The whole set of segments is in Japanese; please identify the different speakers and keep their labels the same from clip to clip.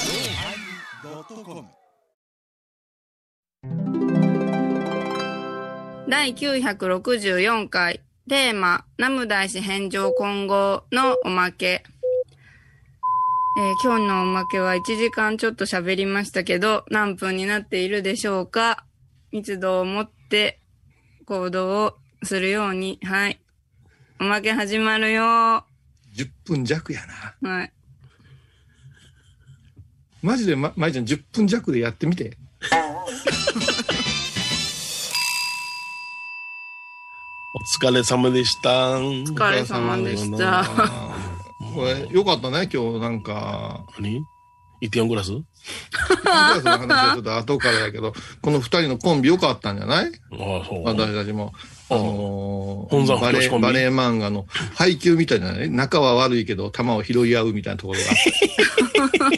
Speaker 1: yosmir
Speaker 2: 第964回テーマ「ナム大師返上混合」のおまけ、えー今日のおまけは1時間ちょっと喋りましたけど何分になっているでしょうか密度を持って行動をするようにはいおまけ始まるよは
Speaker 3: 10分弱やな。
Speaker 2: い
Speaker 3: マジでま、まいちゃん10分弱でやってみて。
Speaker 4: お疲れ様でした。お
Speaker 2: 疲れ様でした
Speaker 3: これ、よかったね、今日なんか。
Speaker 4: 何イテオングラス
Speaker 3: クラスの話はちょっと後からやけど、この二人のコンビよかったんじゃない
Speaker 4: ああ、そう。
Speaker 3: 私たちも。あ
Speaker 4: あ
Speaker 3: の
Speaker 4: 本
Speaker 3: ー、
Speaker 4: 山
Speaker 3: バレ
Speaker 4: よしコ
Speaker 3: ー
Speaker 4: ンビ
Speaker 3: バレー漫画の配給みたいじゃない仲は悪いけど、球を拾い合うみたいなところが。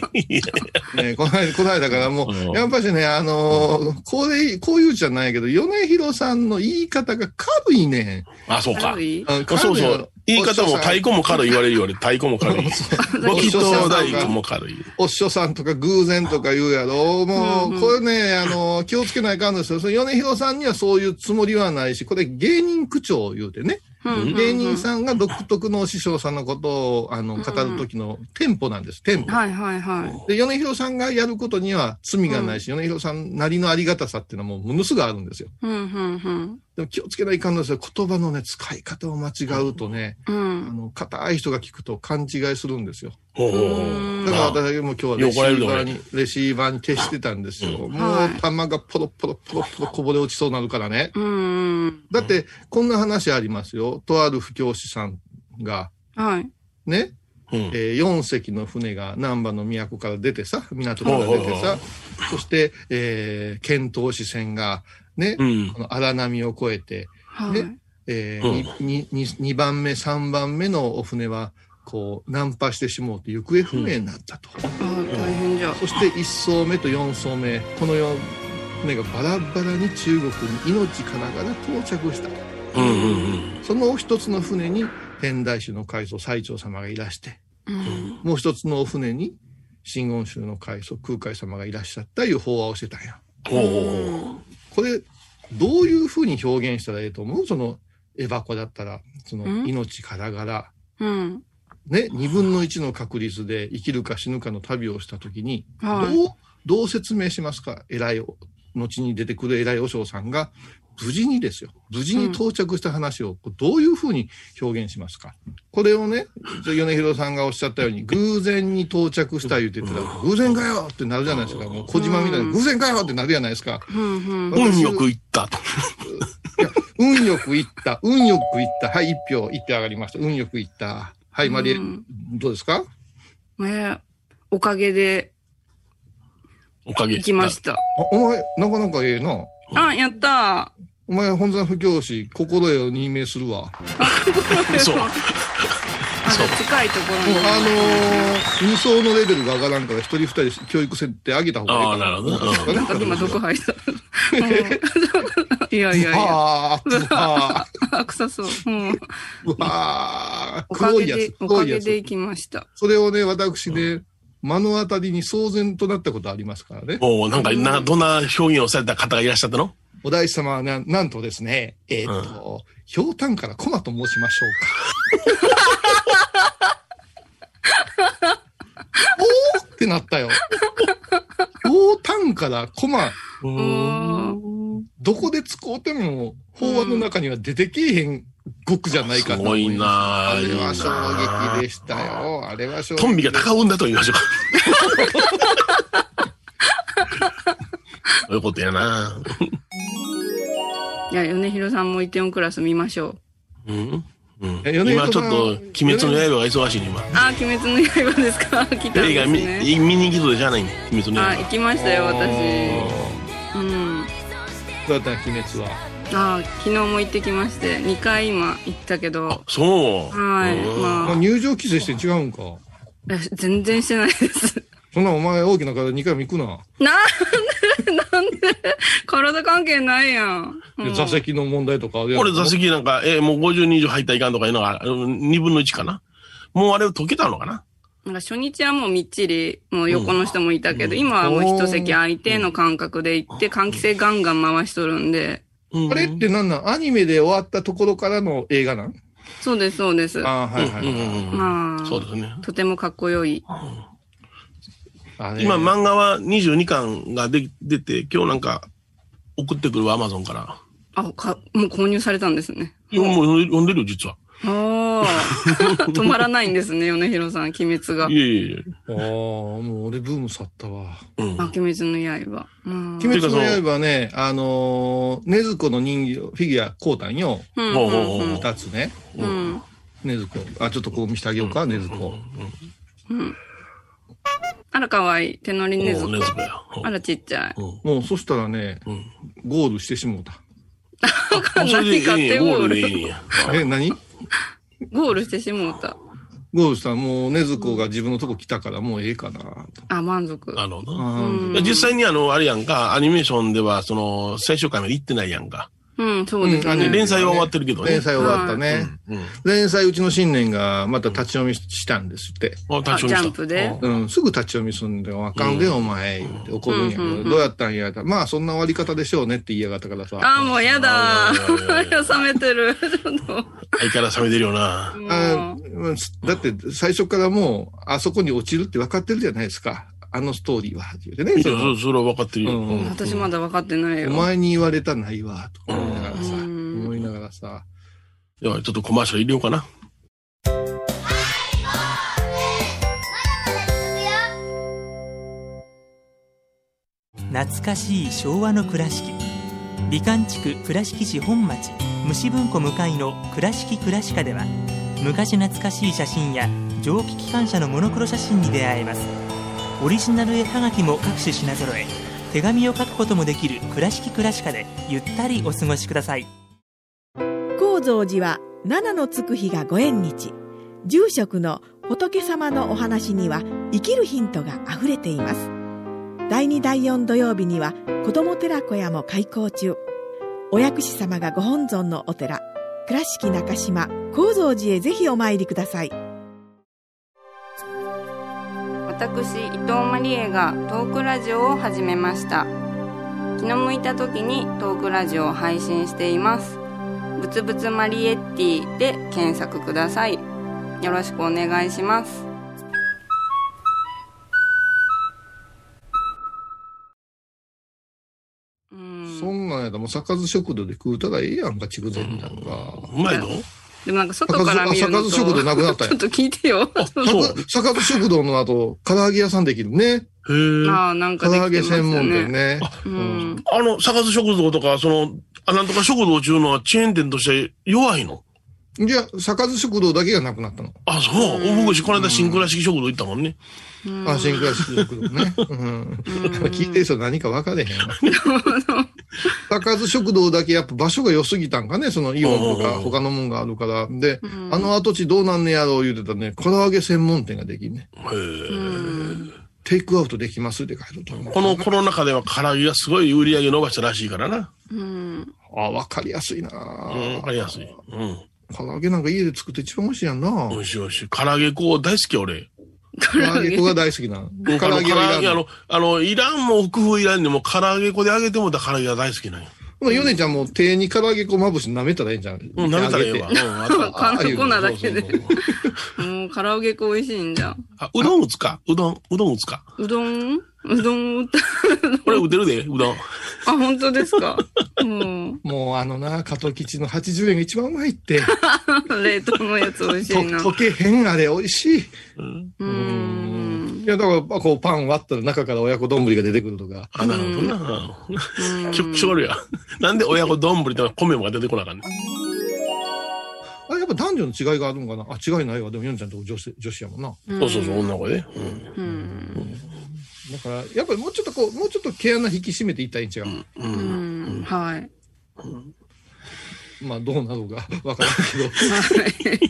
Speaker 3: ね、この間、この間からも
Speaker 4: うん
Speaker 3: う、やっぱしね、あのーこれ、こういうじゃないけど、米広さんの言い方が軽いねん。
Speaker 4: あ、そうか
Speaker 2: 軽。い
Speaker 3: あ
Speaker 4: あそう
Speaker 3: 軽い
Speaker 4: そ
Speaker 3: よ
Speaker 4: う。言い方も太鼓も軽い言われるより、太鼓 も軽い。ロキと大工も軽い。
Speaker 3: おっしょさんとか偶然とか言うやろ。も
Speaker 2: うんう
Speaker 3: う、
Speaker 2: ん
Speaker 3: これね、あの、気をつけないかんですよ。その米広さんにはそういうつもりはないし、これ芸人口調を言うて
Speaker 2: うんう
Speaker 3: ね。
Speaker 2: んうん
Speaker 3: 芸人さんが独特のお師匠さんのことを、あの、
Speaker 2: んうん
Speaker 3: 語る時のテンポなんです、テンポ。
Speaker 2: はいはいはい
Speaker 3: で、米広さんがやることには罪がないし、米広さんなりのありがたさっていうのはもうものすごいあるんですよ。
Speaker 2: うんうん
Speaker 3: でも気をつけないかんですよ。言葉のね、使い方を間違うとね、
Speaker 2: うんう
Speaker 3: あ
Speaker 2: ん
Speaker 3: の、硬い人が聞くと勘違いするんですよ。
Speaker 4: ほうほうほ
Speaker 2: うん
Speaker 4: う
Speaker 3: だから
Speaker 4: あ
Speaker 3: 私も今日は
Speaker 4: よ
Speaker 3: レ
Speaker 4: う
Speaker 3: シ
Speaker 4: 怒られる
Speaker 3: ー
Speaker 4: で
Speaker 3: バー
Speaker 4: 俺
Speaker 3: に、レシーバーに徹してたんですよ。も
Speaker 2: は
Speaker 3: う
Speaker 2: い
Speaker 3: 弾がポロポロポロポロこぼれ落ちそうなるからね。
Speaker 2: うんうん
Speaker 3: だって、こんな話ありますよ。とある布教師さんが、
Speaker 2: はい
Speaker 3: ね、
Speaker 4: うん
Speaker 3: え4隻の船が難波の都から出てさ、港から出て
Speaker 4: はいはいは
Speaker 3: さ、そして、えー、遣唐使船が、ね、
Speaker 4: うん
Speaker 3: こ。の荒波を越えて、
Speaker 2: はい
Speaker 3: ねえーににに2番目、3番目のお船は、こう、難破してしもうて行方不明になったと。
Speaker 2: あ大変じゃ
Speaker 3: そして1層目と4層目この4船がバラバラに中国に命からがら到着した
Speaker 4: うんうんうん。
Speaker 3: その一つの船に天台宗の海祖最澄様がいらして
Speaker 2: うん
Speaker 3: もう一つのお船に真言宗の海祖空海様がいらっしゃったいう法話をしてたんや
Speaker 4: ほうほうほう。
Speaker 3: これどういうふうに表現したらええと思うそのエバコだったらその
Speaker 2: ん
Speaker 3: 命からがら
Speaker 2: うん
Speaker 3: ね2分の1の確率で生きるか死ぬかの旅をした時に
Speaker 2: はい。
Speaker 3: どう、どう説明しますか偉い、後に出てくる偉い和尚さんが、無事にですよ。無事に到着した話をこうどういうふうに表現しますか、これをね、米広さんがおっしゃったように、偶然に到着した言ってたら、偶然かよってなるじゃないですか。もう小島みたいに偶然かよってなるじゃないですか。
Speaker 2: うんうん
Speaker 4: 運よく行ったと。
Speaker 3: 運よく行った、 運よく行った。はい、一票行って上がりました。運よく行った。はい、マリエ、
Speaker 2: うん
Speaker 3: どうですか
Speaker 2: ねおかげで
Speaker 4: おかげ。
Speaker 2: 行きました。
Speaker 3: あお前、なかなかええな。
Speaker 2: あ、やった
Speaker 3: お前、本山不教師、心得を任命するわ。
Speaker 2: ー。
Speaker 4: そう
Speaker 2: あ
Speaker 4: そう
Speaker 2: 近いところ
Speaker 3: もう
Speaker 2: に。
Speaker 3: あのー、二層のレベルが上がらんから、一人二人教育設定上げた方がいいか
Speaker 4: ああ、なるほどね。
Speaker 2: なんか今毒吐いた。 うんいやいやいや。
Speaker 3: ああ、あ
Speaker 2: あ臭そう。うん
Speaker 3: あ、
Speaker 2: おか
Speaker 3: 黒
Speaker 2: げ
Speaker 3: いや
Speaker 2: で
Speaker 3: つ、、
Speaker 2: おか
Speaker 3: 黒い
Speaker 2: げ
Speaker 3: や
Speaker 2: で
Speaker 3: つ。
Speaker 2: 行きました。
Speaker 3: それをね、私ね、目の当たりに騒然となったことありますからね。
Speaker 4: おうなんか、な、どんな表現をされた方がいらっしゃったの
Speaker 3: お大師様はな、なんとですね、えーっと、ひょうたんからコマと申しましょ うか。おーってなったよ。ひょうたんからコマ、
Speaker 2: おー
Speaker 3: どこで使うても、法案の中には出てけえへん極じゃないかと
Speaker 4: すご
Speaker 3: 思
Speaker 4: い
Speaker 3: います。
Speaker 4: な
Speaker 3: あれは衝撃
Speaker 4: で。
Speaker 3: でしたよ。あれは衝撃。
Speaker 4: トンビが高うんだと言い ましょうか。そういうことやな。
Speaker 2: いや、米広さんもイテオンクラス見ましょう。
Speaker 4: うんうん
Speaker 3: え米
Speaker 4: 今
Speaker 3: 彦
Speaker 4: ち
Speaker 3: さ
Speaker 4: ょ
Speaker 3: ん
Speaker 4: っと、鬼滅の刃が忙しいね、今。
Speaker 2: あ、鬼滅の刃ですか 来たん
Speaker 4: 映
Speaker 2: で
Speaker 4: 画
Speaker 2: す
Speaker 4: 見
Speaker 2: ね。
Speaker 4: 見に行きそうでじゃないね、鬼滅の
Speaker 2: あ、
Speaker 4: 刃
Speaker 2: 行。きましたよ、私。うん。
Speaker 3: どうやったの鬼滅は。
Speaker 2: あー昨日も行ってきまして2回今行ったけど
Speaker 4: あ、そう。
Speaker 2: はい
Speaker 4: うん
Speaker 2: ま
Speaker 3: まあ、
Speaker 2: あ
Speaker 3: 入場規制して違うんか。
Speaker 2: え全然してないです
Speaker 3: そんなお前大きな体2回も行くな。
Speaker 2: なんでなんで体関係ないやん、うん
Speaker 3: で座席の問題とかあるやん
Speaker 4: 俺座席なんか、えもう50人以上入ったらいかんとかいうのが、うん二分の一かな。もうあれ溶けたのかな
Speaker 2: なんか初日はもうみっちり、もう横の人もいたけど、
Speaker 4: うん
Speaker 2: 今はもう一席空いての感覚で行って、換気扇ガンガン回しとるんで、
Speaker 4: うん
Speaker 3: あれってなんなんアニメで終わったところからの映画なん
Speaker 2: そうです、そうです。ま
Speaker 3: あーはいはい。
Speaker 4: うんうんうん
Speaker 2: あ、
Speaker 4: そうですね。
Speaker 2: とてもかっこよい。
Speaker 3: あれ
Speaker 4: 今、漫画は22巻がで出て、今日なんか送ってくるわ、アマゾンから。
Speaker 2: あ、か、もう購入されたんです ね。
Speaker 4: いやもう読んでるよ、実は。
Speaker 2: おー 止まらないんですね、米広さん、鬼滅が
Speaker 4: い。やいやいや。
Speaker 3: ああ、もう俺ブーム去ったわ。
Speaker 4: うん
Speaker 2: あ、。鬼滅の刃。うん。
Speaker 3: 鬼滅の刃ね、あのー、ねずこの人形、フィギュア買うたんよ。
Speaker 2: うん
Speaker 4: ほう
Speaker 2: う
Speaker 4: ほ
Speaker 2: ん
Speaker 4: うほう
Speaker 3: 二つね。
Speaker 2: うん。うん。
Speaker 3: ねずこ。あ、ちょっとこう見してあげようか、ねずこ。
Speaker 2: あら、かわいい。手乗りねず
Speaker 4: う
Speaker 2: こ
Speaker 4: んね。ずこや。うん
Speaker 2: あら、ちっちゃい。
Speaker 3: もうそしたらね、
Speaker 4: うん
Speaker 3: ゴールしてしもうた。
Speaker 4: あそれでい
Speaker 2: 何
Speaker 4: い
Speaker 2: 買って
Speaker 4: や、ゴールで
Speaker 2: ゴール
Speaker 4: いいんや。
Speaker 3: え、何
Speaker 2: ゴールしてしもうた。
Speaker 3: ゴールしたらもうねずこが自分のとこ来たからもうええかなと。
Speaker 2: あ、満足。
Speaker 4: なるほどな。
Speaker 3: あ
Speaker 2: うん
Speaker 3: ー
Speaker 4: いや実際にあの、あれやんか、アニメーションでは、その、最終回まで行ってないやんか。
Speaker 2: うん、そうです
Speaker 3: うんあ
Speaker 2: ね。
Speaker 3: の
Speaker 4: 連載は終わってるけどね。
Speaker 3: 連載終わったね。
Speaker 4: うん。うん
Speaker 3: 連載うちの新年がまた立ち読みしたんですって。
Speaker 4: あ、立
Speaker 2: あ
Speaker 4: ち
Speaker 2: ジ
Speaker 4: 読みした
Speaker 2: ャンプで。
Speaker 3: うん、すぐ立ち読みすんで、あかんで、お前、言うて怒るんやけ
Speaker 2: うんうんうん
Speaker 3: ど、どうやったんや、まあ、そんな終わり方でしょうねって言いやがったからさ。
Speaker 2: あ、もうやだ
Speaker 4: うん
Speaker 2: ー。冷めてる。ちょっと。
Speaker 4: 相変わらず冷めてるよな。
Speaker 3: あ
Speaker 2: も
Speaker 3: うんだって最初からもう、あそこに落ちるって分かってるじゃないですか。あのストーリーは。言うてね、
Speaker 4: いや
Speaker 3: そ
Speaker 4: そ
Speaker 3: の
Speaker 4: れそれは分かってるよ。
Speaker 3: うん
Speaker 2: う私まだ分かってないよ。
Speaker 3: お前に言われたないわ、とか思いながらさ、
Speaker 2: うん
Speaker 3: 思いながらさ。
Speaker 4: ではちょっとコマーシャル入れようかな。
Speaker 1: 懐かしい昭和の倉敷美観地区倉敷市本町虫文庫向かいの「倉敷倉歯科」では昔懐かしい写真や蒸気機関車のモノクロ写真に出会えますオリジナル絵はがきも各種品揃え手紙を書くこともできる「倉敷倉歯科」でゆったりお過ごしください
Speaker 5: 高蔵寺は七のつく日がご縁日住職の仏様のお話には生きるヒントがあふれています第2第4土曜日には子ども寺小屋も開校中お薬師様がご本尊のお寺倉敷中島・高蔵寺へぜひお参りください
Speaker 2: 私伊藤マリエがトークラジオを始めました気の向いた時にトークラジオを配信していますぶつぶつマリエッティで検索くださいよろしくお願いしますう
Speaker 3: そ
Speaker 2: ん
Speaker 3: んなんやったらもう、坂津食堂で食うたらええやんか、筑前だとか。
Speaker 4: うまいの
Speaker 2: でもなんか外から見るのと
Speaker 3: あ坂津食堂なくなったんや
Speaker 2: ちょっと聞いて よ
Speaker 4: そう。
Speaker 3: 坂坂津食堂の後、唐揚げ屋さんできるね。
Speaker 4: へえ。
Speaker 2: ああなん
Speaker 3: 唐
Speaker 2: かできて
Speaker 3: 揚げ
Speaker 2: ますよ
Speaker 3: 専門
Speaker 2: ね
Speaker 3: 店ね。
Speaker 2: うん
Speaker 4: あの、坂津食堂とか、その、あなんとか食堂中のはチェーン店として弱いの
Speaker 3: じゃあ、坂津食堂だけがなくなったの。
Speaker 4: あ、そう。
Speaker 2: うん
Speaker 4: 僕、この間新倉敷食堂行ったもんね。
Speaker 2: うん
Speaker 3: あ、新倉敷食堂ね。うん。聞いてる人何か分かれへん。 高津食堂だけやっぱ場所が良すぎたんかね、そのイオンとか
Speaker 4: うん
Speaker 3: 他のもんがあるから。で、
Speaker 2: うん
Speaker 3: あの跡地どうなんねやろう言うてたね、唐揚げ専門店ができんね。
Speaker 4: へえ。
Speaker 2: うん
Speaker 3: テイクアウトできますって書いてあった
Speaker 4: このコロナ禍では唐揚げがすごい売り上げ伸ばしたらしいからな。
Speaker 2: うん
Speaker 3: あ、分かりやすいな
Speaker 4: うん、わかりやすい。うん。
Speaker 3: 唐揚げなんか家で作って一番美味しいやんな
Speaker 4: 美味しい美味しい。唐揚げ粉大好き、俺。
Speaker 3: 唐揚げ粉が大好きなの。
Speaker 4: うん
Speaker 3: 唐
Speaker 4: あの
Speaker 3: 揚げはいらん
Speaker 4: あ
Speaker 3: の。
Speaker 4: の、あの、いらんも工夫いらんでも、唐揚げ粉で揚げてもうた唐揚げが大好きなんよ。
Speaker 3: ほなヨネちゃんも手に唐揚げ粉まぶして舐めたらええんじゃん。
Speaker 4: うん、舐めたらええわ。うん、あとは
Speaker 2: 缶の粉だけで
Speaker 4: そうそうそう
Speaker 2: もう、唐揚げ粉美味しいんじゃん。
Speaker 4: あ、うどん打つかうどん、うどん打つか
Speaker 2: うどんうどん売った。
Speaker 4: 俺打てるで、うどん。
Speaker 2: あ、本当ですか。 も
Speaker 3: もうあのな、加藤吉の80円が一番うまいって。
Speaker 2: う、冷凍のやつ美味し
Speaker 3: と
Speaker 2: いな。
Speaker 3: 溶けへんあれ美味しい。
Speaker 4: うん。
Speaker 2: うーん
Speaker 3: い。や、だから、こう、パン割ったら中から親子丼が出てくるとか。
Speaker 4: あ、なるほどな。
Speaker 2: うん
Speaker 4: ちょ、ちょるや。なんで親子丼とか米も出てこなあかんねん。
Speaker 3: あ、やっぱ男女の違いがあるのかなあ、違いないわ。でも、ヨンちゃんとこ女子、女子やもんな。
Speaker 4: そうそうそう、女の子で。うん
Speaker 2: うん。
Speaker 3: だから、やっぱりもうちょっとこう、もうちょっと毛穴引き締めていったらいいんちゃう、
Speaker 4: う。
Speaker 2: うんん。はい。
Speaker 3: まあ、どうなろうがわからん けど、
Speaker 2: はい。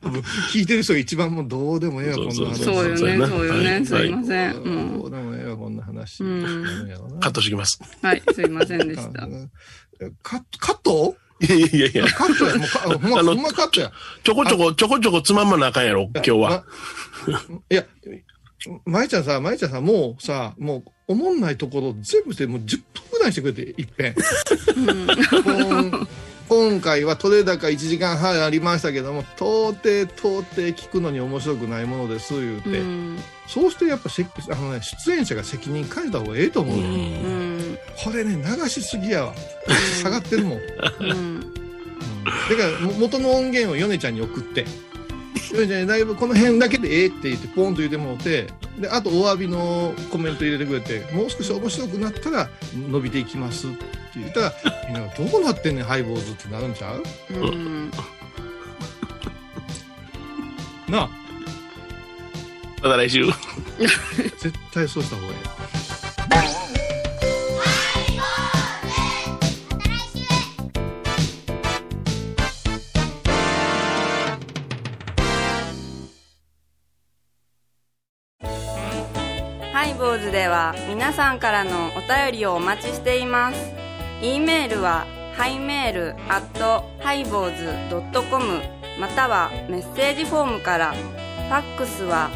Speaker 3: 多分聞いてる人が一番もうどうでもええわ、こんな話。
Speaker 2: そうよ
Speaker 4: そうや
Speaker 2: ね、
Speaker 4: な
Speaker 2: そうよ
Speaker 4: は
Speaker 2: ね。
Speaker 4: い
Speaker 2: すいません。
Speaker 3: ど
Speaker 2: も
Speaker 3: うでもええわ、こんな話。
Speaker 2: うん
Speaker 3: どうでもええわな
Speaker 4: カットしてきます。
Speaker 2: う。はい、すいませんでした。
Speaker 3: カカット
Speaker 4: いやいや、
Speaker 3: カットや、もうか、ほんま、
Speaker 4: あの
Speaker 3: ほんまカットや。
Speaker 4: ちょこちょこ、ちょこちょこつまんまなあかんや ろ、今日は。
Speaker 3: ま。いや、まいちゃんさ、まいちゃんさ、もうさ、もう、おもんないところ全部でもう10分ぐらいにしてくれて、いっぺん。こん今回は取れ高1時間半ありましたけども、到底到底聞くのに面白くないものです、言う
Speaker 2: う
Speaker 3: て。
Speaker 2: ん。
Speaker 3: そうしてやっぱせあの、ね、出演者が責任感じた方がええと思
Speaker 4: う。
Speaker 3: うよ、
Speaker 2: うんん。
Speaker 3: これね、流しすぎやわ。下がってるもん。
Speaker 2: うん。
Speaker 3: だからも元の音源をヨネちゃんに送って「ヨネちゃんライブこの辺だけでええ」って言ってポンと言ってもうてであとお詫びのコメント入れてくれてもう少し面白くなったら伸びていきますって言ったらみんなが「どうなってんねんハイボーズ」ってなるんちゃう
Speaker 2: うん。
Speaker 3: なあ
Speaker 4: また来週。
Speaker 3: 絶対そうした方がいい。
Speaker 2: ハイボーズでは皆さんからのお便りをお待ちしています。e メールはハイメールアットハイボーズドットコムまたはメッセージフォームから。ファックスは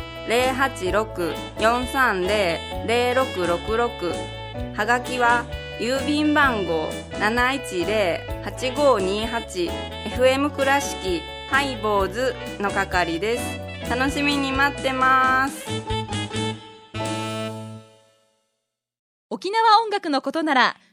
Speaker 2: 086-430-0666はがきは郵便番号710-8528 FM 倉敷ハイボーズの係です。楽しみに待ってます。
Speaker 6: 沖縄音楽のことなら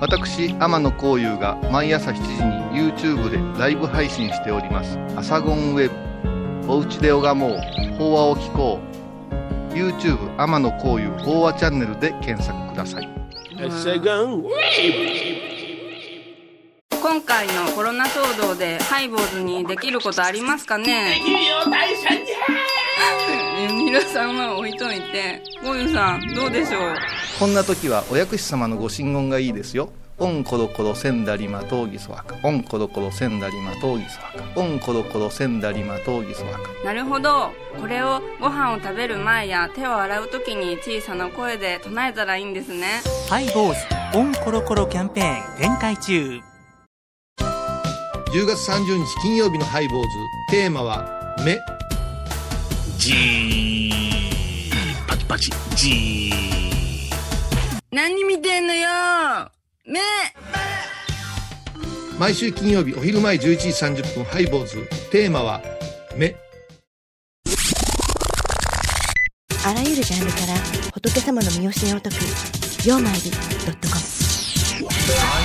Speaker 7: 私天野幸雄が毎朝7時に YouTube でライブ配信しております「アサゴンウェブ」「おうちで拝もう法話を聞こう」YouTube 天野幸雄法話チャンネルで検索ください
Speaker 2: 今回のコロナ騒動でハイボーズにできることありますかね皆さんは置いといてゴユさんどうでしょう
Speaker 7: こんな時はお薬師様のご神言がいいですよオンコロコロセンダリマトーギソワカオンコロコロセンダリマトーギソワカオンコロコロセンダリマトーギソワカ
Speaker 2: なるほどこれをご飯を食べる前や手を洗う時に小さな声で唱えたらいいんですね
Speaker 1: ハイボーズオンコロコロキャンペーン展開中
Speaker 3: 10月30日金曜日のハイボーズテーマは目
Speaker 4: じー、パチパチ、じ
Speaker 2: 何見てんのよ目
Speaker 3: 毎週金曜日お昼前11時30分ハイボーズテーマは目
Speaker 8: あらゆるジャンルから仏様の身教えを解く「曜マイルドットコム」
Speaker 7: 「